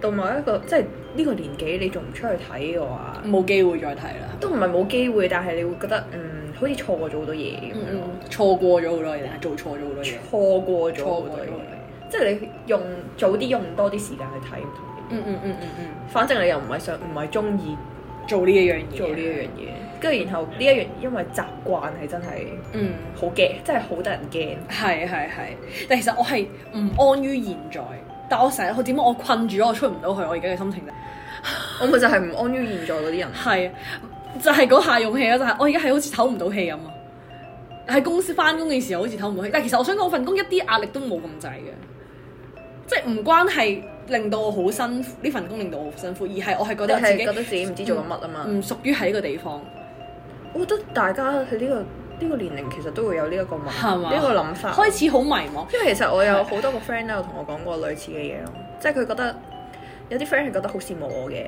Speaker 1: 到某一個即係呢個年紀你仲唔出去睇嘅話，
Speaker 2: 冇機會再睇啦。
Speaker 1: 都唔係冇機會，但係你會覺得嗯好似錯過咗好多嘢咁樣咯。
Speaker 2: 嗯錯過咗好多嘢，做錯咗好多嘢，
Speaker 1: 錯過咗
Speaker 2: 啊錯
Speaker 1: 好
Speaker 2: 過咗好
Speaker 1: 多
Speaker 2: 多嘢
Speaker 1: 嘢，。即係你用早啲用多啲時間去睇唔同嘅嘢。
Speaker 2: 嗯嗯嗯嗯嗯，
Speaker 1: 反正你又唔係想唔係中意
Speaker 2: 做呢一樣嘢，
Speaker 1: 做呢一樣嘢，跟住然後呢一樣因為習慣係真係
Speaker 2: 嗯，
Speaker 1: 好驚，真係好得人驚。
Speaker 2: 係係係。但其實我係唔安於現在，但我成日我點解我困住咗我出唔到去，我而家嘅心情就
Speaker 1: 我咪就係唔安於現在嗰
Speaker 2: [LAUGHS]
Speaker 1: 啲人。
Speaker 2: 係就係嗰下勇氣咯，就係、我而家係好似唞唔到氣咁啊！喺公司翻工嘅時候好似唞唔到氣，但其實我想講我份工一啲壓力都冇咁滯嘅，即係唔關係令到我好辛苦，呢份工令到我好辛苦，而係我係覺
Speaker 1: 你
Speaker 2: 得自
Speaker 1: 係
Speaker 2: 己嗯
Speaker 1: 覺得自己唔知做緊乜啊嘛？
Speaker 2: 唔屬於喺呢個地方。
Speaker 1: 我覺得大家喺呢、個呢、個年齡其實都會有呢一個問
Speaker 2: 係嘛
Speaker 1: 呢個諗法。
Speaker 2: 開始好迷茫，
Speaker 1: 因為其實我有好多個 friend 都有同我講過類似嘅嘢咯，即係佢覺得有啲 friend 係覺得好羨慕我嘅，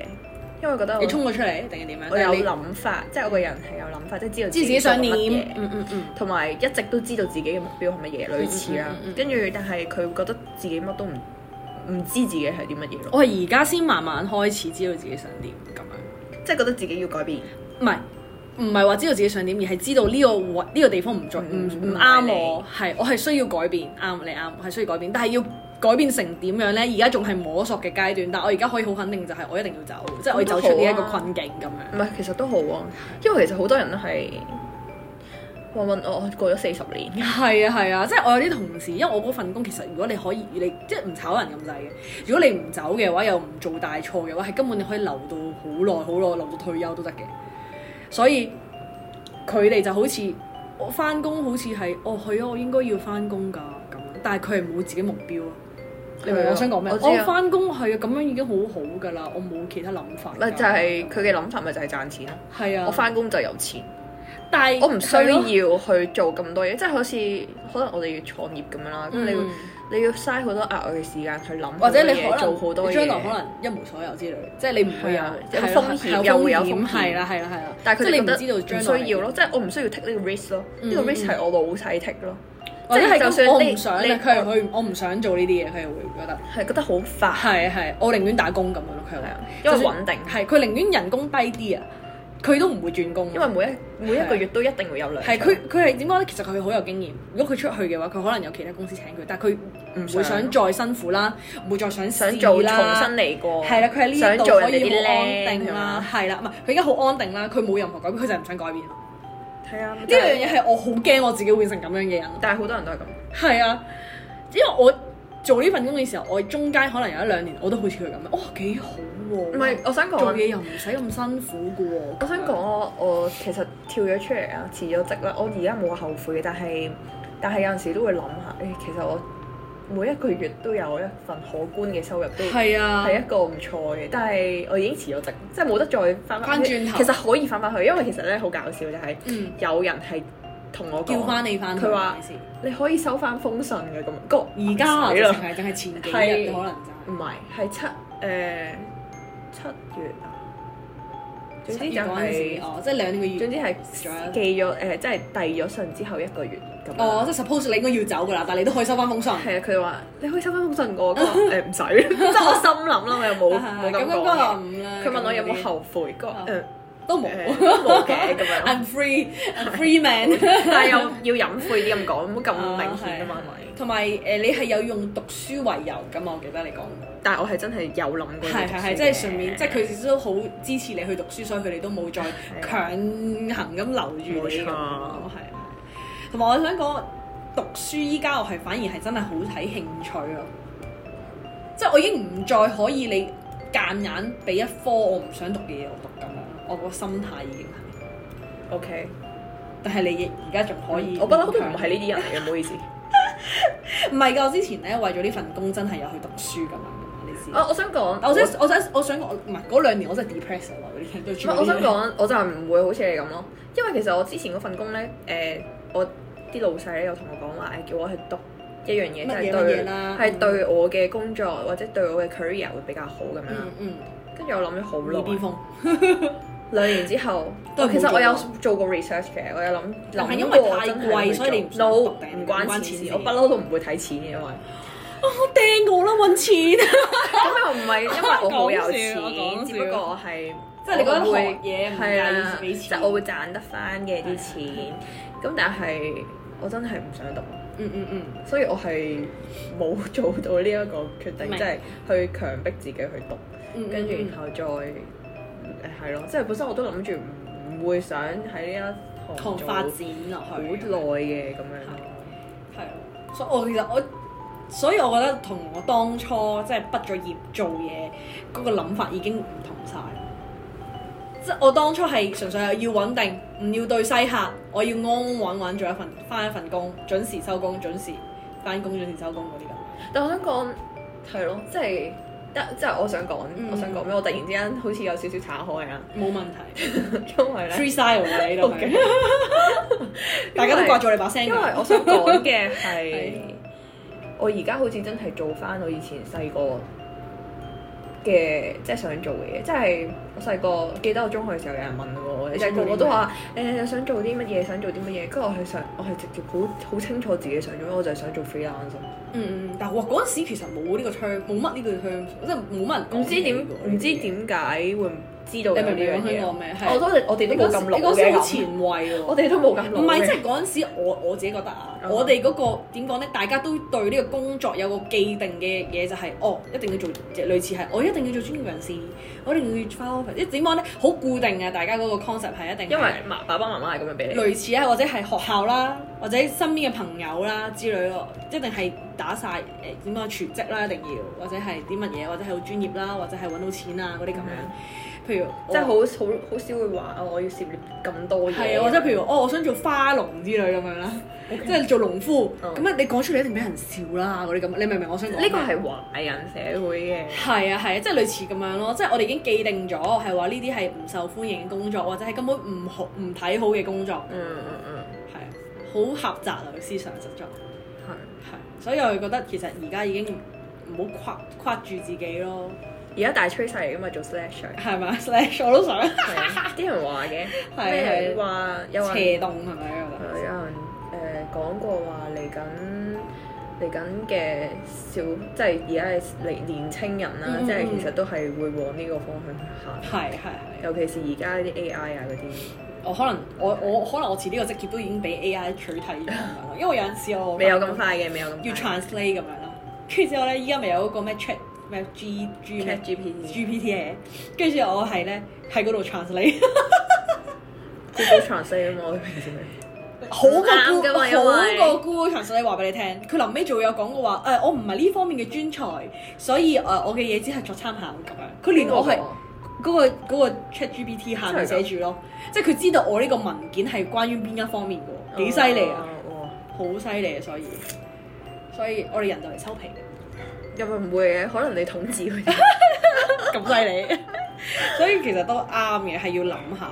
Speaker 1: 因為覺得
Speaker 2: 你
Speaker 1: 我
Speaker 2: 衝咗出嚟定係點樣？
Speaker 1: 嗯我有
Speaker 2: 定係
Speaker 1: 諗法，即係我個人係有諗法，即係知道
Speaker 2: 你知自己想
Speaker 1: 做緊乜嘢
Speaker 2: 點，嗯嗯嗯，
Speaker 1: 同埋一直都知道自己嘅目標係乜嘢，類似啦
Speaker 2: 嗯嗯嗯嗯。
Speaker 1: 跟住，但係佢覺得自己乜都唔唔知自己係啲乜嘢咯，
Speaker 2: 我係而家先慢慢開始知道自己想點咁樣，
Speaker 1: 即係覺得自己要改變。
Speaker 2: 唔係唔係話知道自己想點，而係知道呢個位呢個地方唔再唔
Speaker 1: 嗯唔
Speaker 2: 唔
Speaker 1: 唔係你
Speaker 2: 啱我，係我係需要改變，啱你啱，我係需要改變，但係要改變成點樣呢？而家仲係摸索嘅階段，但我而家可以好肯定就係我一定要走，即係我要走出呢一個困境咁樣。
Speaker 1: 唔係，其實都好啊，因為其實好多人都係混混噩噩過咗四十 [LAUGHS] 年。
Speaker 2: 係啊係啊，即係我有啲同事，因為我嗰份工其實如果你可以，你即係唔炒人咁滯嘅。如果你唔走嘅話，又唔做大錯嘅話，係根本你可以留到好耐好耐，留到退休都得嘅。所以佢哋就好似我翻工，好似係哦係啊，我應該要翻工㗎咁樣，但係佢係冇自己目標咯。你明唔明我想講咩？
Speaker 1: 我知啊
Speaker 2: 我翻工係啊，咁樣已經好好㗎啦，我冇其他諗法㗎。
Speaker 1: 咪就係佢嘅諗法，咪就係賺錢咯。
Speaker 2: 係啊，
Speaker 1: 我翻工就有錢，
Speaker 2: 但係
Speaker 1: 我唔需
Speaker 2: 係
Speaker 1: 要
Speaker 2: 咯
Speaker 1: 去做咁多嘢，即係好似可能我哋要創業咁樣啦。咁你會
Speaker 2: 嗯
Speaker 1: 你要嘥好多額外嘅時間去諗好多嘢，
Speaker 2: 或者你可能
Speaker 1: 做好多嘢，
Speaker 2: 將來可能一無所有之類，即係你唔會有
Speaker 1: 係啊有
Speaker 2: 係
Speaker 1: 風險又會有風險
Speaker 2: 係啦係啦係啦。
Speaker 1: 但係
Speaker 2: 即係
Speaker 1: 佢
Speaker 2: 你唔
Speaker 1: 哋
Speaker 2: 知
Speaker 1: 覺
Speaker 2: 道
Speaker 1: 得唔
Speaker 2: 將來
Speaker 1: 需要咯，即係我唔需要 take 呢個 risk 咯，呢個
Speaker 2: 嗯
Speaker 1: risk 係我老細 take 咯，
Speaker 2: 或者
Speaker 1: 即係就
Speaker 2: 係
Speaker 1: 算
Speaker 2: 咁我
Speaker 1: 你
Speaker 2: 唔想啊
Speaker 1: 你
Speaker 2: 佢係佢我唔想做呢啲嘢，佢係會覺得
Speaker 1: 係覺得好煩，
Speaker 2: 係係，我寧願打工咁樣咯，佢係
Speaker 1: 係啊
Speaker 2: 話，
Speaker 1: 因為
Speaker 2: 就算
Speaker 1: 穩定
Speaker 2: 係佢寧願人工低啲啊，佢都唔會轉工，
Speaker 1: 因為每一每一個月都一定會有兩
Speaker 2: 係佢佢係點講咧？其實佢好有經驗。如果佢出去嘅話，佢可能有其他公司請佢，但係佢唔會想
Speaker 1: 想
Speaker 2: 再辛苦啦，唔會再想
Speaker 1: 想
Speaker 2: 試
Speaker 1: 做重
Speaker 2: 啦
Speaker 1: 新嚟過，
Speaker 2: 係啦，佢喺呢
Speaker 1: 想
Speaker 2: 度
Speaker 1: 做
Speaker 2: 可
Speaker 1: 人哋
Speaker 2: 以
Speaker 1: 啲
Speaker 2: 好安定
Speaker 1: 靚
Speaker 2: 啦，係啦，唔係佢而家好安定啦，佢冇任何改變，佢就係唔想改變咯。
Speaker 1: 係啊，呢
Speaker 2: 呢樣嘢係我好驚我自己會變成咁樣嘅人。
Speaker 1: 但係好多人都係咁。
Speaker 2: 係啊，因為我做呢份工嘅時候，我中間可能有一兩年我都好似佢咁樣，哦幾好喎，
Speaker 1: 唔係，我想
Speaker 2: 做
Speaker 1: 講，
Speaker 2: 嘢又唔使咁辛苦嘅喎。
Speaker 1: 我想講我我其實跳咗出嚟啊，辭咗職啦，我而家冇話後悔嘅，但係但係有陣時都會諗下，誒、其實我每一個月都有一份可觀嘅收入都。
Speaker 2: 係啊，
Speaker 1: 係一個唔錯嘅，但係我已經辭咗職，即係冇得再翻
Speaker 2: 返轉頭
Speaker 1: 其實可以翻返去，因為其實咧好搞笑就係、
Speaker 2: 嗯
Speaker 1: 有人係同我
Speaker 2: 叫
Speaker 1: 講，
Speaker 2: 翻你翻去，
Speaker 1: 佢話
Speaker 2: 係咪先
Speaker 1: 你可以收翻封信嘅咁，個
Speaker 2: 而家啊，
Speaker 1: 係啦
Speaker 2: 淨係淨係前幾日
Speaker 1: 係
Speaker 2: 可能就
Speaker 1: 唔係係七誒、七月啊，總之
Speaker 2: 七
Speaker 1: 就
Speaker 2: 月嗰陣
Speaker 1: 係、
Speaker 2: 時哦，即係兩個月
Speaker 1: 總之係寄咗誒、即係遞咗信之後一個月咁樣。
Speaker 2: 哦，即係 suppose 你應該要走㗎啦，但係你都可以收翻封信。
Speaker 1: 係啊，佢話你可以收翻封信我，
Speaker 2: [LAUGHS]
Speaker 1: 佢話誒唔使， [LAUGHS] 即係我心諗啦，我又冇冇咁
Speaker 2: 啊咁嗰
Speaker 1: 講
Speaker 2: 個
Speaker 1: 嘅。
Speaker 2: 唔啦。
Speaker 1: 佢問我有冇後悔，個
Speaker 2: 哦
Speaker 1: 誒
Speaker 2: 都冇啊
Speaker 1: 誒都冇嘅咁樣，
Speaker 2: [LAUGHS] ，I'm free，I'm free man。
Speaker 1: 但係又要隱晦啲咁講，唔好咁明顯啊嘛，係咪？
Speaker 2: 同埋誒，你係有用讀書為由㗎嘛？我記得你講過。
Speaker 1: 但係我係真係有諗過呢
Speaker 2: 係
Speaker 1: 件
Speaker 2: 係
Speaker 1: 事嘅
Speaker 2: 係，即係順便，即係佢哋都好支持你去讀書，所以佢哋都冇再強行咁留住
Speaker 1: 冇
Speaker 2: 你咁樣
Speaker 1: 錯
Speaker 2: 咯。係啊同埋我想講，讀書依家我係反而係真係好睇興趣咯。即係我已經唔再可以你間硬俾一科我唔想讀嘅嘢我讀咁樣，我個心態已經係。
Speaker 1: OK，
Speaker 2: 但係你而家仲可
Speaker 1: 嗯
Speaker 2: 以，
Speaker 1: 我不嬲都唔係呢啲人嚟嘅，唔好意思。
Speaker 2: 唔係㗎，我之前咧為咗呢份工真係有去讀書咁樣，你知。
Speaker 1: 我我想講，
Speaker 2: [LAUGHS] 但我真係我真係我想講，唔係嗰兩年我真係 depress 啊！我哋對
Speaker 1: 唔係，我想講，我就係唔會好似你咁咯，因為其實我之前嗰份工咧，誒、我啲老細咧有同我講話，誒叫我去讀一樣嘢，
Speaker 2: 乜嘢
Speaker 1: 即係
Speaker 2: 乜嘢
Speaker 1: 對
Speaker 2: 啦
Speaker 1: 係對我嘅工作或者對我嘅 career 會比較好咁樣啦
Speaker 2: 嗯。嗯，
Speaker 1: 跟住我諗咗好
Speaker 2: 耳邊
Speaker 1: 耐，
Speaker 2: 風，
Speaker 1: 兩年之後，
Speaker 2: 都係
Speaker 1: 我
Speaker 2: 冇
Speaker 1: 其實我有
Speaker 2: 做
Speaker 1: 做過 research 嘅，我有諗
Speaker 2: 但係
Speaker 1: 諗
Speaker 2: 因為
Speaker 1: 過
Speaker 2: 太
Speaker 1: 真係
Speaker 2: 貴
Speaker 1: 會
Speaker 2: 所以你唔
Speaker 1: 做
Speaker 2: 想
Speaker 1: no
Speaker 2: 讀定
Speaker 1: 唔
Speaker 2: 唔關
Speaker 1: 關錢
Speaker 2: 錢
Speaker 1: 事，
Speaker 2: 事
Speaker 1: 我不嬲都唔會睇錢嘅，因為
Speaker 2: [LAUGHS] 我掟我啦揾錢，
Speaker 1: 咁又唔係因為我好有
Speaker 2: 講笑我講笑
Speaker 1: 錢，只不過我係。
Speaker 2: 即係你覺得
Speaker 1: 我
Speaker 2: 學
Speaker 1: 會
Speaker 2: 嘢唔
Speaker 1: 係
Speaker 2: 介
Speaker 1: 啊，
Speaker 2: 意俾
Speaker 1: 即
Speaker 2: 錢，
Speaker 1: 係我會賺得翻嘅啲錢，咁但係我真係唔想讀，
Speaker 2: 嗯嗯嗯，
Speaker 1: 所以我係冇 [LAUGHS] 做到呢一個決定，
Speaker 2: 明
Speaker 1: 即係去強迫自己去讀，
Speaker 2: 嗯
Speaker 1: 跟住
Speaker 2: 嗯
Speaker 1: 然後再誒係咯，即係本身我都諗住唔唔會想喺呢一行
Speaker 2: 同
Speaker 1: 做
Speaker 2: 嗯發
Speaker 1: 好
Speaker 2: 展
Speaker 1: 耐
Speaker 2: 落去，
Speaker 1: 嘅咁樣咯。
Speaker 2: 係啊，所以我其實我，所以我覺得同我當初即係畢咗業做嘢嗰、個諗法已經唔同晒。即係我當初係純粹係要穩定，唔要對西客，我要安安穩穩做一份翻一份工，準時收工，準時翻工，準時收工嗰啲咁。
Speaker 1: 但我想講係咯，即係得即係我想講，
Speaker 2: 嗯
Speaker 1: 我想講咩？我突然之間好似有少少岔開啊， [LAUGHS]
Speaker 2: 冇問題
Speaker 1: 因為咧。
Speaker 2: ，freestyle 啊你
Speaker 1: [LAUGHS]
Speaker 2: 呢度
Speaker 1: OK
Speaker 2: 係，大家都掛住你把聲㗎。嗯
Speaker 1: 因為我想講嘅係
Speaker 2: 係，
Speaker 1: 我而家好似真係做翻我以前細個嘅，即係想做嘅嘢。即係我細個記得我中學嘅時候有人問我，
Speaker 2: 你
Speaker 1: 即係
Speaker 2: 想
Speaker 1: 個個
Speaker 2: 做啲咩
Speaker 1: 都話誒想做啲乜嘢，想做啲乜嘢。跟住我係想，我係直接好好清楚自己想做咩，我就係想做 freelance。
Speaker 2: 嗯嗯，但係哇嗰陣時其實冇呢個 term，冇乜呢個 term，即係冇乜人講
Speaker 1: 唔知點
Speaker 2: 呢個
Speaker 1: 唔知點解會知道有
Speaker 2: 你
Speaker 1: 呢
Speaker 2: 明唔明
Speaker 1: 樣
Speaker 2: 我想講
Speaker 1: 嘢？
Speaker 2: 咩？
Speaker 1: 我
Speaker 2: 係
Speaker 1: 都我哋
Speaker 2: 你
Speaker 1: 都
Speaker 2: 嗰
Speaker 1: 冇
Speaker 2: 時
Speaker 1: 咁老
Speaker 2: 你嗰時好
Speaker 1: 嘅
Speaker 2: 前
Speaker 1: 咁，
Speaker 2: 衛喎。
Speaker 1: 我哋都冇咁老
Speaker 2: 唔係，
Speaker 1: 嘅
Speaker 2: 即係嗰陣時我我自己覺得啊，
Speaker 1: 嗯
Speaker 2: 我哋嗰個點講咧，大家都對呢個工作有個既定嘅嘢，就係哦，一定要做，類似係我一定要做專業人士，我一定要翻 office，即係點講咧，好固定啊嘅，大家嗰個 concept 係一定係
Speaker 1: 因為媽爸爸媽媽係咁樣俾你。
Speaker 2: 類似啊，或者係學校啦，或者身邊嘅朋友啦之類咯，一定係打晒誒點講全職啦，一定要，或者係啲乜嘢，或者係好專業啦，或者係揾到錢啊嗰啲咁樣，譬如我
Speaker 1: 即係好好好少會話啊！我要涉獵咁多嘢。
Speaker 2: 係啊，或者譬如哦，我想做花農之類咁樣啦，即係做農夫。
Speaker 1: 嗯
Speaker 2: 咁啊，你講出嚟一定俾人笑啦，嗰啲咁。你明唔明我想講咩？
Speaker 1: 呢個係華人社會嘅，
Speaker 2: 係啊係啊，即係類似咁樣咯。即係我哋已經既定咗係話呢啲係唔受歡迎嘅工作，或者係根本唔好唔睇好嘅工作。
Speaker 1: 嗯嗯嗯，
Speaker 2: 係啊好狹窄啊個思想實在
Speaker 1: 係。
Speaker 2: 係，所以我係覺得其實而家已經唔好框框住自己咯，
Speaker 1: 而家大趨勢嚟噶嘛，做 slasher，
Speaker 2: 係咪啊 Slash 我都想
Speaker 1: 係
Speaker 2: [LAUGHS]
Speaker 1: 啊啲人話嘅，咩啊
Speaker 2: 係係
Speaker 1: 話有人
Speaker 2: 斜動係咪啊？
Speaker 1: 有人誒講過話嚟緊嚟緊嘅小，即係而家嘅年年青人啦
Speaker 2: 嗯，嗯
Speaker 1: 即係
Speaker 2: 嗯
Speaker 1: 其實都係會往呢個方向去行，
Speaker 2: 係係係。
Speaker 1: 尤其是而家啲 AI 啊嗰啲，
Speaker 2: 我可能我我可能我遲啲個職業都已經俾 AI 取替咗咁樣咯，因為有陣時我
Speaker 1: 未有咁快嘅，未有咁
Speaker 2: 要
Speaker 1: 快。
Speaker 2: translate 咁樣啦。跟住之後咧，依家咪有嗰個咩 Chat 咩 G G 咩
Speaker 1: ChatGPT、
Speaker 2: GPT 嘅，跟住我係咧喺嗰度 translate，
Speaker 1: Google Translate 啊嘛，我哋平時咪
Speaker 2: [LAUGHS] 好過
Speaker 1: 啱㗎
Speaker 2: Google
Speaker 1: 嘛因為
Speaker 2: 好過 Google translate 話俾你聽。佢臨尾仲有講過話誒，我唔係呢方面嘅專才，所以誒我嘅嘢只係作參考咁樣。佢連我係。嗰、個嗰、個 ChatGPT 下面寫住咯，即係佢知道我呢個文件係關於邊一方面嘅喎，幾犀利啊！！
Speaker 1: 哇
Speaker 2: 好犀利啊！所以，所以我哋人就嚟收 [LAUGHS] 皮，
Speaker 1: 又咪唔會嘅，可能你統治佢哋。
Speaker 2: [LAUGHS] 咁犀利。所以其實都啱嘅，係要諗下。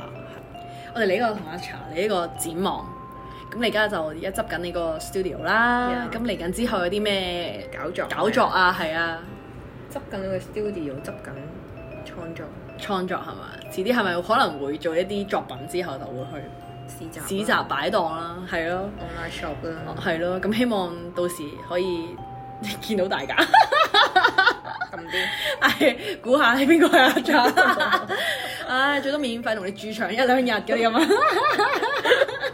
Speaker 2: 我哋嚟呢個同阿茶，你呢個展望，咁咁你而家就而家執緊你個 studio 啦，
Speaker 1: Yeah
Speaker 2: 咁嚟緊之後有啲咩
Speaker 1: 搞作
Speaker 2: 搞作啊？係啊，
Speaker 1: 執緊呢個 studio，執緊創作
Speaker 2: 創作係嘛？遲啲係咪可能會做一啲作品之後就會
Speaker 1: 市集啦啊
Speaker 2: 去市集哦擺檔啦？係咯，
Speaker 1: online shop 啦。
Speaker 2: 係咯，咁希望到時可以 [LAUGHS] 見到大家，
Speaker 1: 咁啲
Speaker 2: 係估下邊個係啊
Speaker 1: [LAUGHS]
Speaker 2: 阿 John 唉，最多免費同你駐場一兩日嘅咁啊！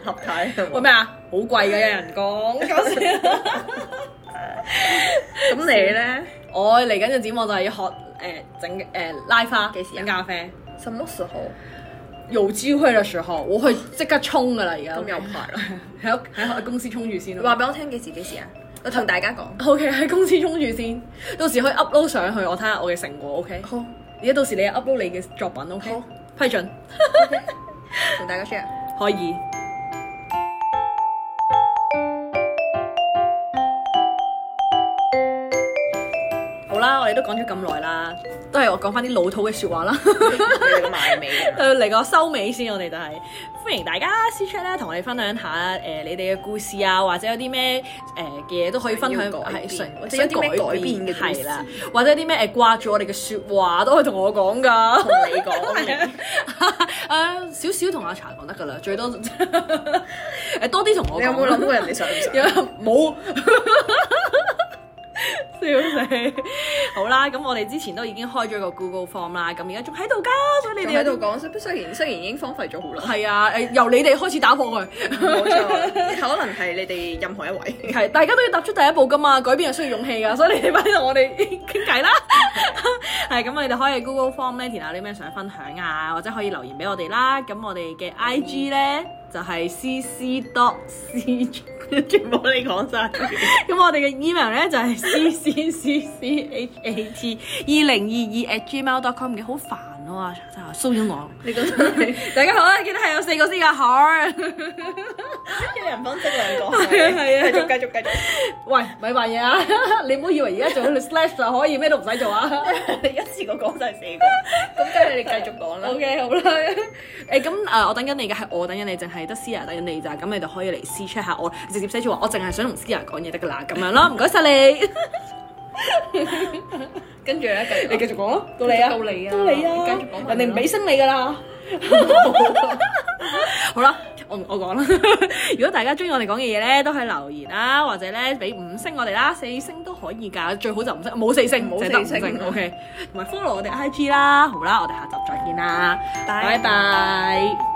Speaker 1: 合體
Speaker 2: [LAUGHS]
Speaker 1: 係
Speaker 2: 喂
Speaker 1: 嘛
Speaker 2: 咩啊？好貴嘅有人講，搞笑。
Speaker 1: 咁你咧？
Speaker 2: 我嚟緊嘅展望就係要學誒、整誒、拉花，
Speaker 1: 幾時啊
Speaker 2: 整咖啡？
Speaker 1: 什麼時候？
Speaker 2: 有機會嘅時候，我去即刻衝噶啦！而家
Speaker 1: 咁有排啦。
Speaker 2: 喺屋喺喺公司衝住先
Speaker 1: 你 [LAUGHS]
Speaker 2: 咯
Speaker 1: 話。俾我聽幾時幾時啊？我同大家講。
Speaker 2: O K 喺公司衝住先，到時可以 upload 上去，我睇下我嘅成果。O K，
Speaker 1: 好，
Speaker 2: 而家到時你 upload 你嘅作品。O、k
Speaker 1: 好
Speaker 2: 批准
Speaker 1: 同大家 share。
Speaker 2: 可以。好啦，我哋都講咗咁耐啦，都係我講翻啲老土嘅
Speaker 1: [LAUGHS]
Speaker 2: 説話啦。
Speaker 1: 你個埋尾啊。
Speaker 2: 誒嚟個收尾先，我哋就係、歡迎大家私 chat 咧，同我哋分享下誒、你哋嘅故事啊，或者有啲咩誒嘅嘢都可以分享，
Speaker 1: 想要改變
Speaker 2: 係想
Speaker 1: 或者有啲咩改變嘅故事
Speaker 2: 係啦，或者有啲咩誒呃掛住我哋嘅説話都可以同我講噶
Speaker 1: 同。你講，啊
Speaker 2: [LAUGHS] 啊誒少少同阿茶講得噶啦，
Speaker 1: [LAUGHS]
Speaker 2: 最多誒多啲同我講。
Speaker 1: [LAUGHS] 你有冇諗過人哋想唔 [LAUGHS] 想？
Speaker 2: 有冇？ [LAUGHS] 笑死！好啦，咁我哋之前都已經開咗個 Google Form 啦，咁而家仲喺度噶，所以
Speaker 1: 你
Speaker 2: 你
Speaker 1: 哋
Speaker 2: 哋
Speaker 1: 喺度講，雖雖然雖然已經荒廢咗好耐，
Speaker 2: 係啊，誒由你哋開始打破佢，
Speaker 1: [LAUGHS] 冇錯， [LAUGHS] 可能係你哋任何一位。
Speaker 2: 係大家都要踏出第一步噶嘛，改變係需要勇氣噶，所以你哋快啲同我哋 [LAUGHS] 傾偈啦。係咁，你哋可以 Google Form 咧填下啲咩想分享啊，或者可以留言俾我哋啦。咁我哋嘅 IG 咧就係 cc dot c，全部你講晒。
Speaker 1: [LAUGHS]
Speaker 2: [LAUGHS] 咁我哋嘅 email 咧就係 cccchat 二零二二 at gmail dot com 嘅，好煩啊，真係騷擾我。
Speaker 1: 你覺得係
Speaker 2: 大家好啊啦，記得係有四個先㗎，好。
Speaker 1: 一人分析兩 [LAUGHS] 個？
Speaker 2: 係啊係 [LAUGHS] 啊
Speaker 1: 繼續繼續繼續。 [LAUGHS]
Speaker 2: 喂，咪扮嘢啊！ [LAUGHS] 你唔好以為而家做咗 slash 就可以咩都唔使做啊
Speaker 1: 你一次過講晒四個，咁梗係你繼續講啦。
Speaker 2: ！OK，好啦。誒咁誒，我等緊你嘅係我等緊你，淨係得 Sia 等緊你咋。咁你就可以嚟私 check 下我，直接寫住話我淨係想同 Sia 講嘢得㗎啦，咁樣咯。唔該晒你，
Speaker 1: 跟住咧，繼續
Speaker 2: 繼續講咯，到
Speaker 1: 到你啊
Speaker 2: 到你啊，
Speaker 1: 繼續講埋啦
Speaker 2: 人哋唔俾聲你㗎 [LAUGHS] 啦。好啦，我我講 [LAUGHS] 啦。如果大家中意我哋講嘅嘢咧，都可以留言啦，或者咧俾五星我哋啦，四星都可以㗎。最好就五星，冇四星，
Speaker 1: 冇
Speaker 2: 淨係得五
Speaker 1: 四星
Speaker 2: 星。OK，同埋 follow 我哋 IG 啦。好啦，我哋下集再見啦，
Speaker 1: 拜
Speaker 2: 拜拜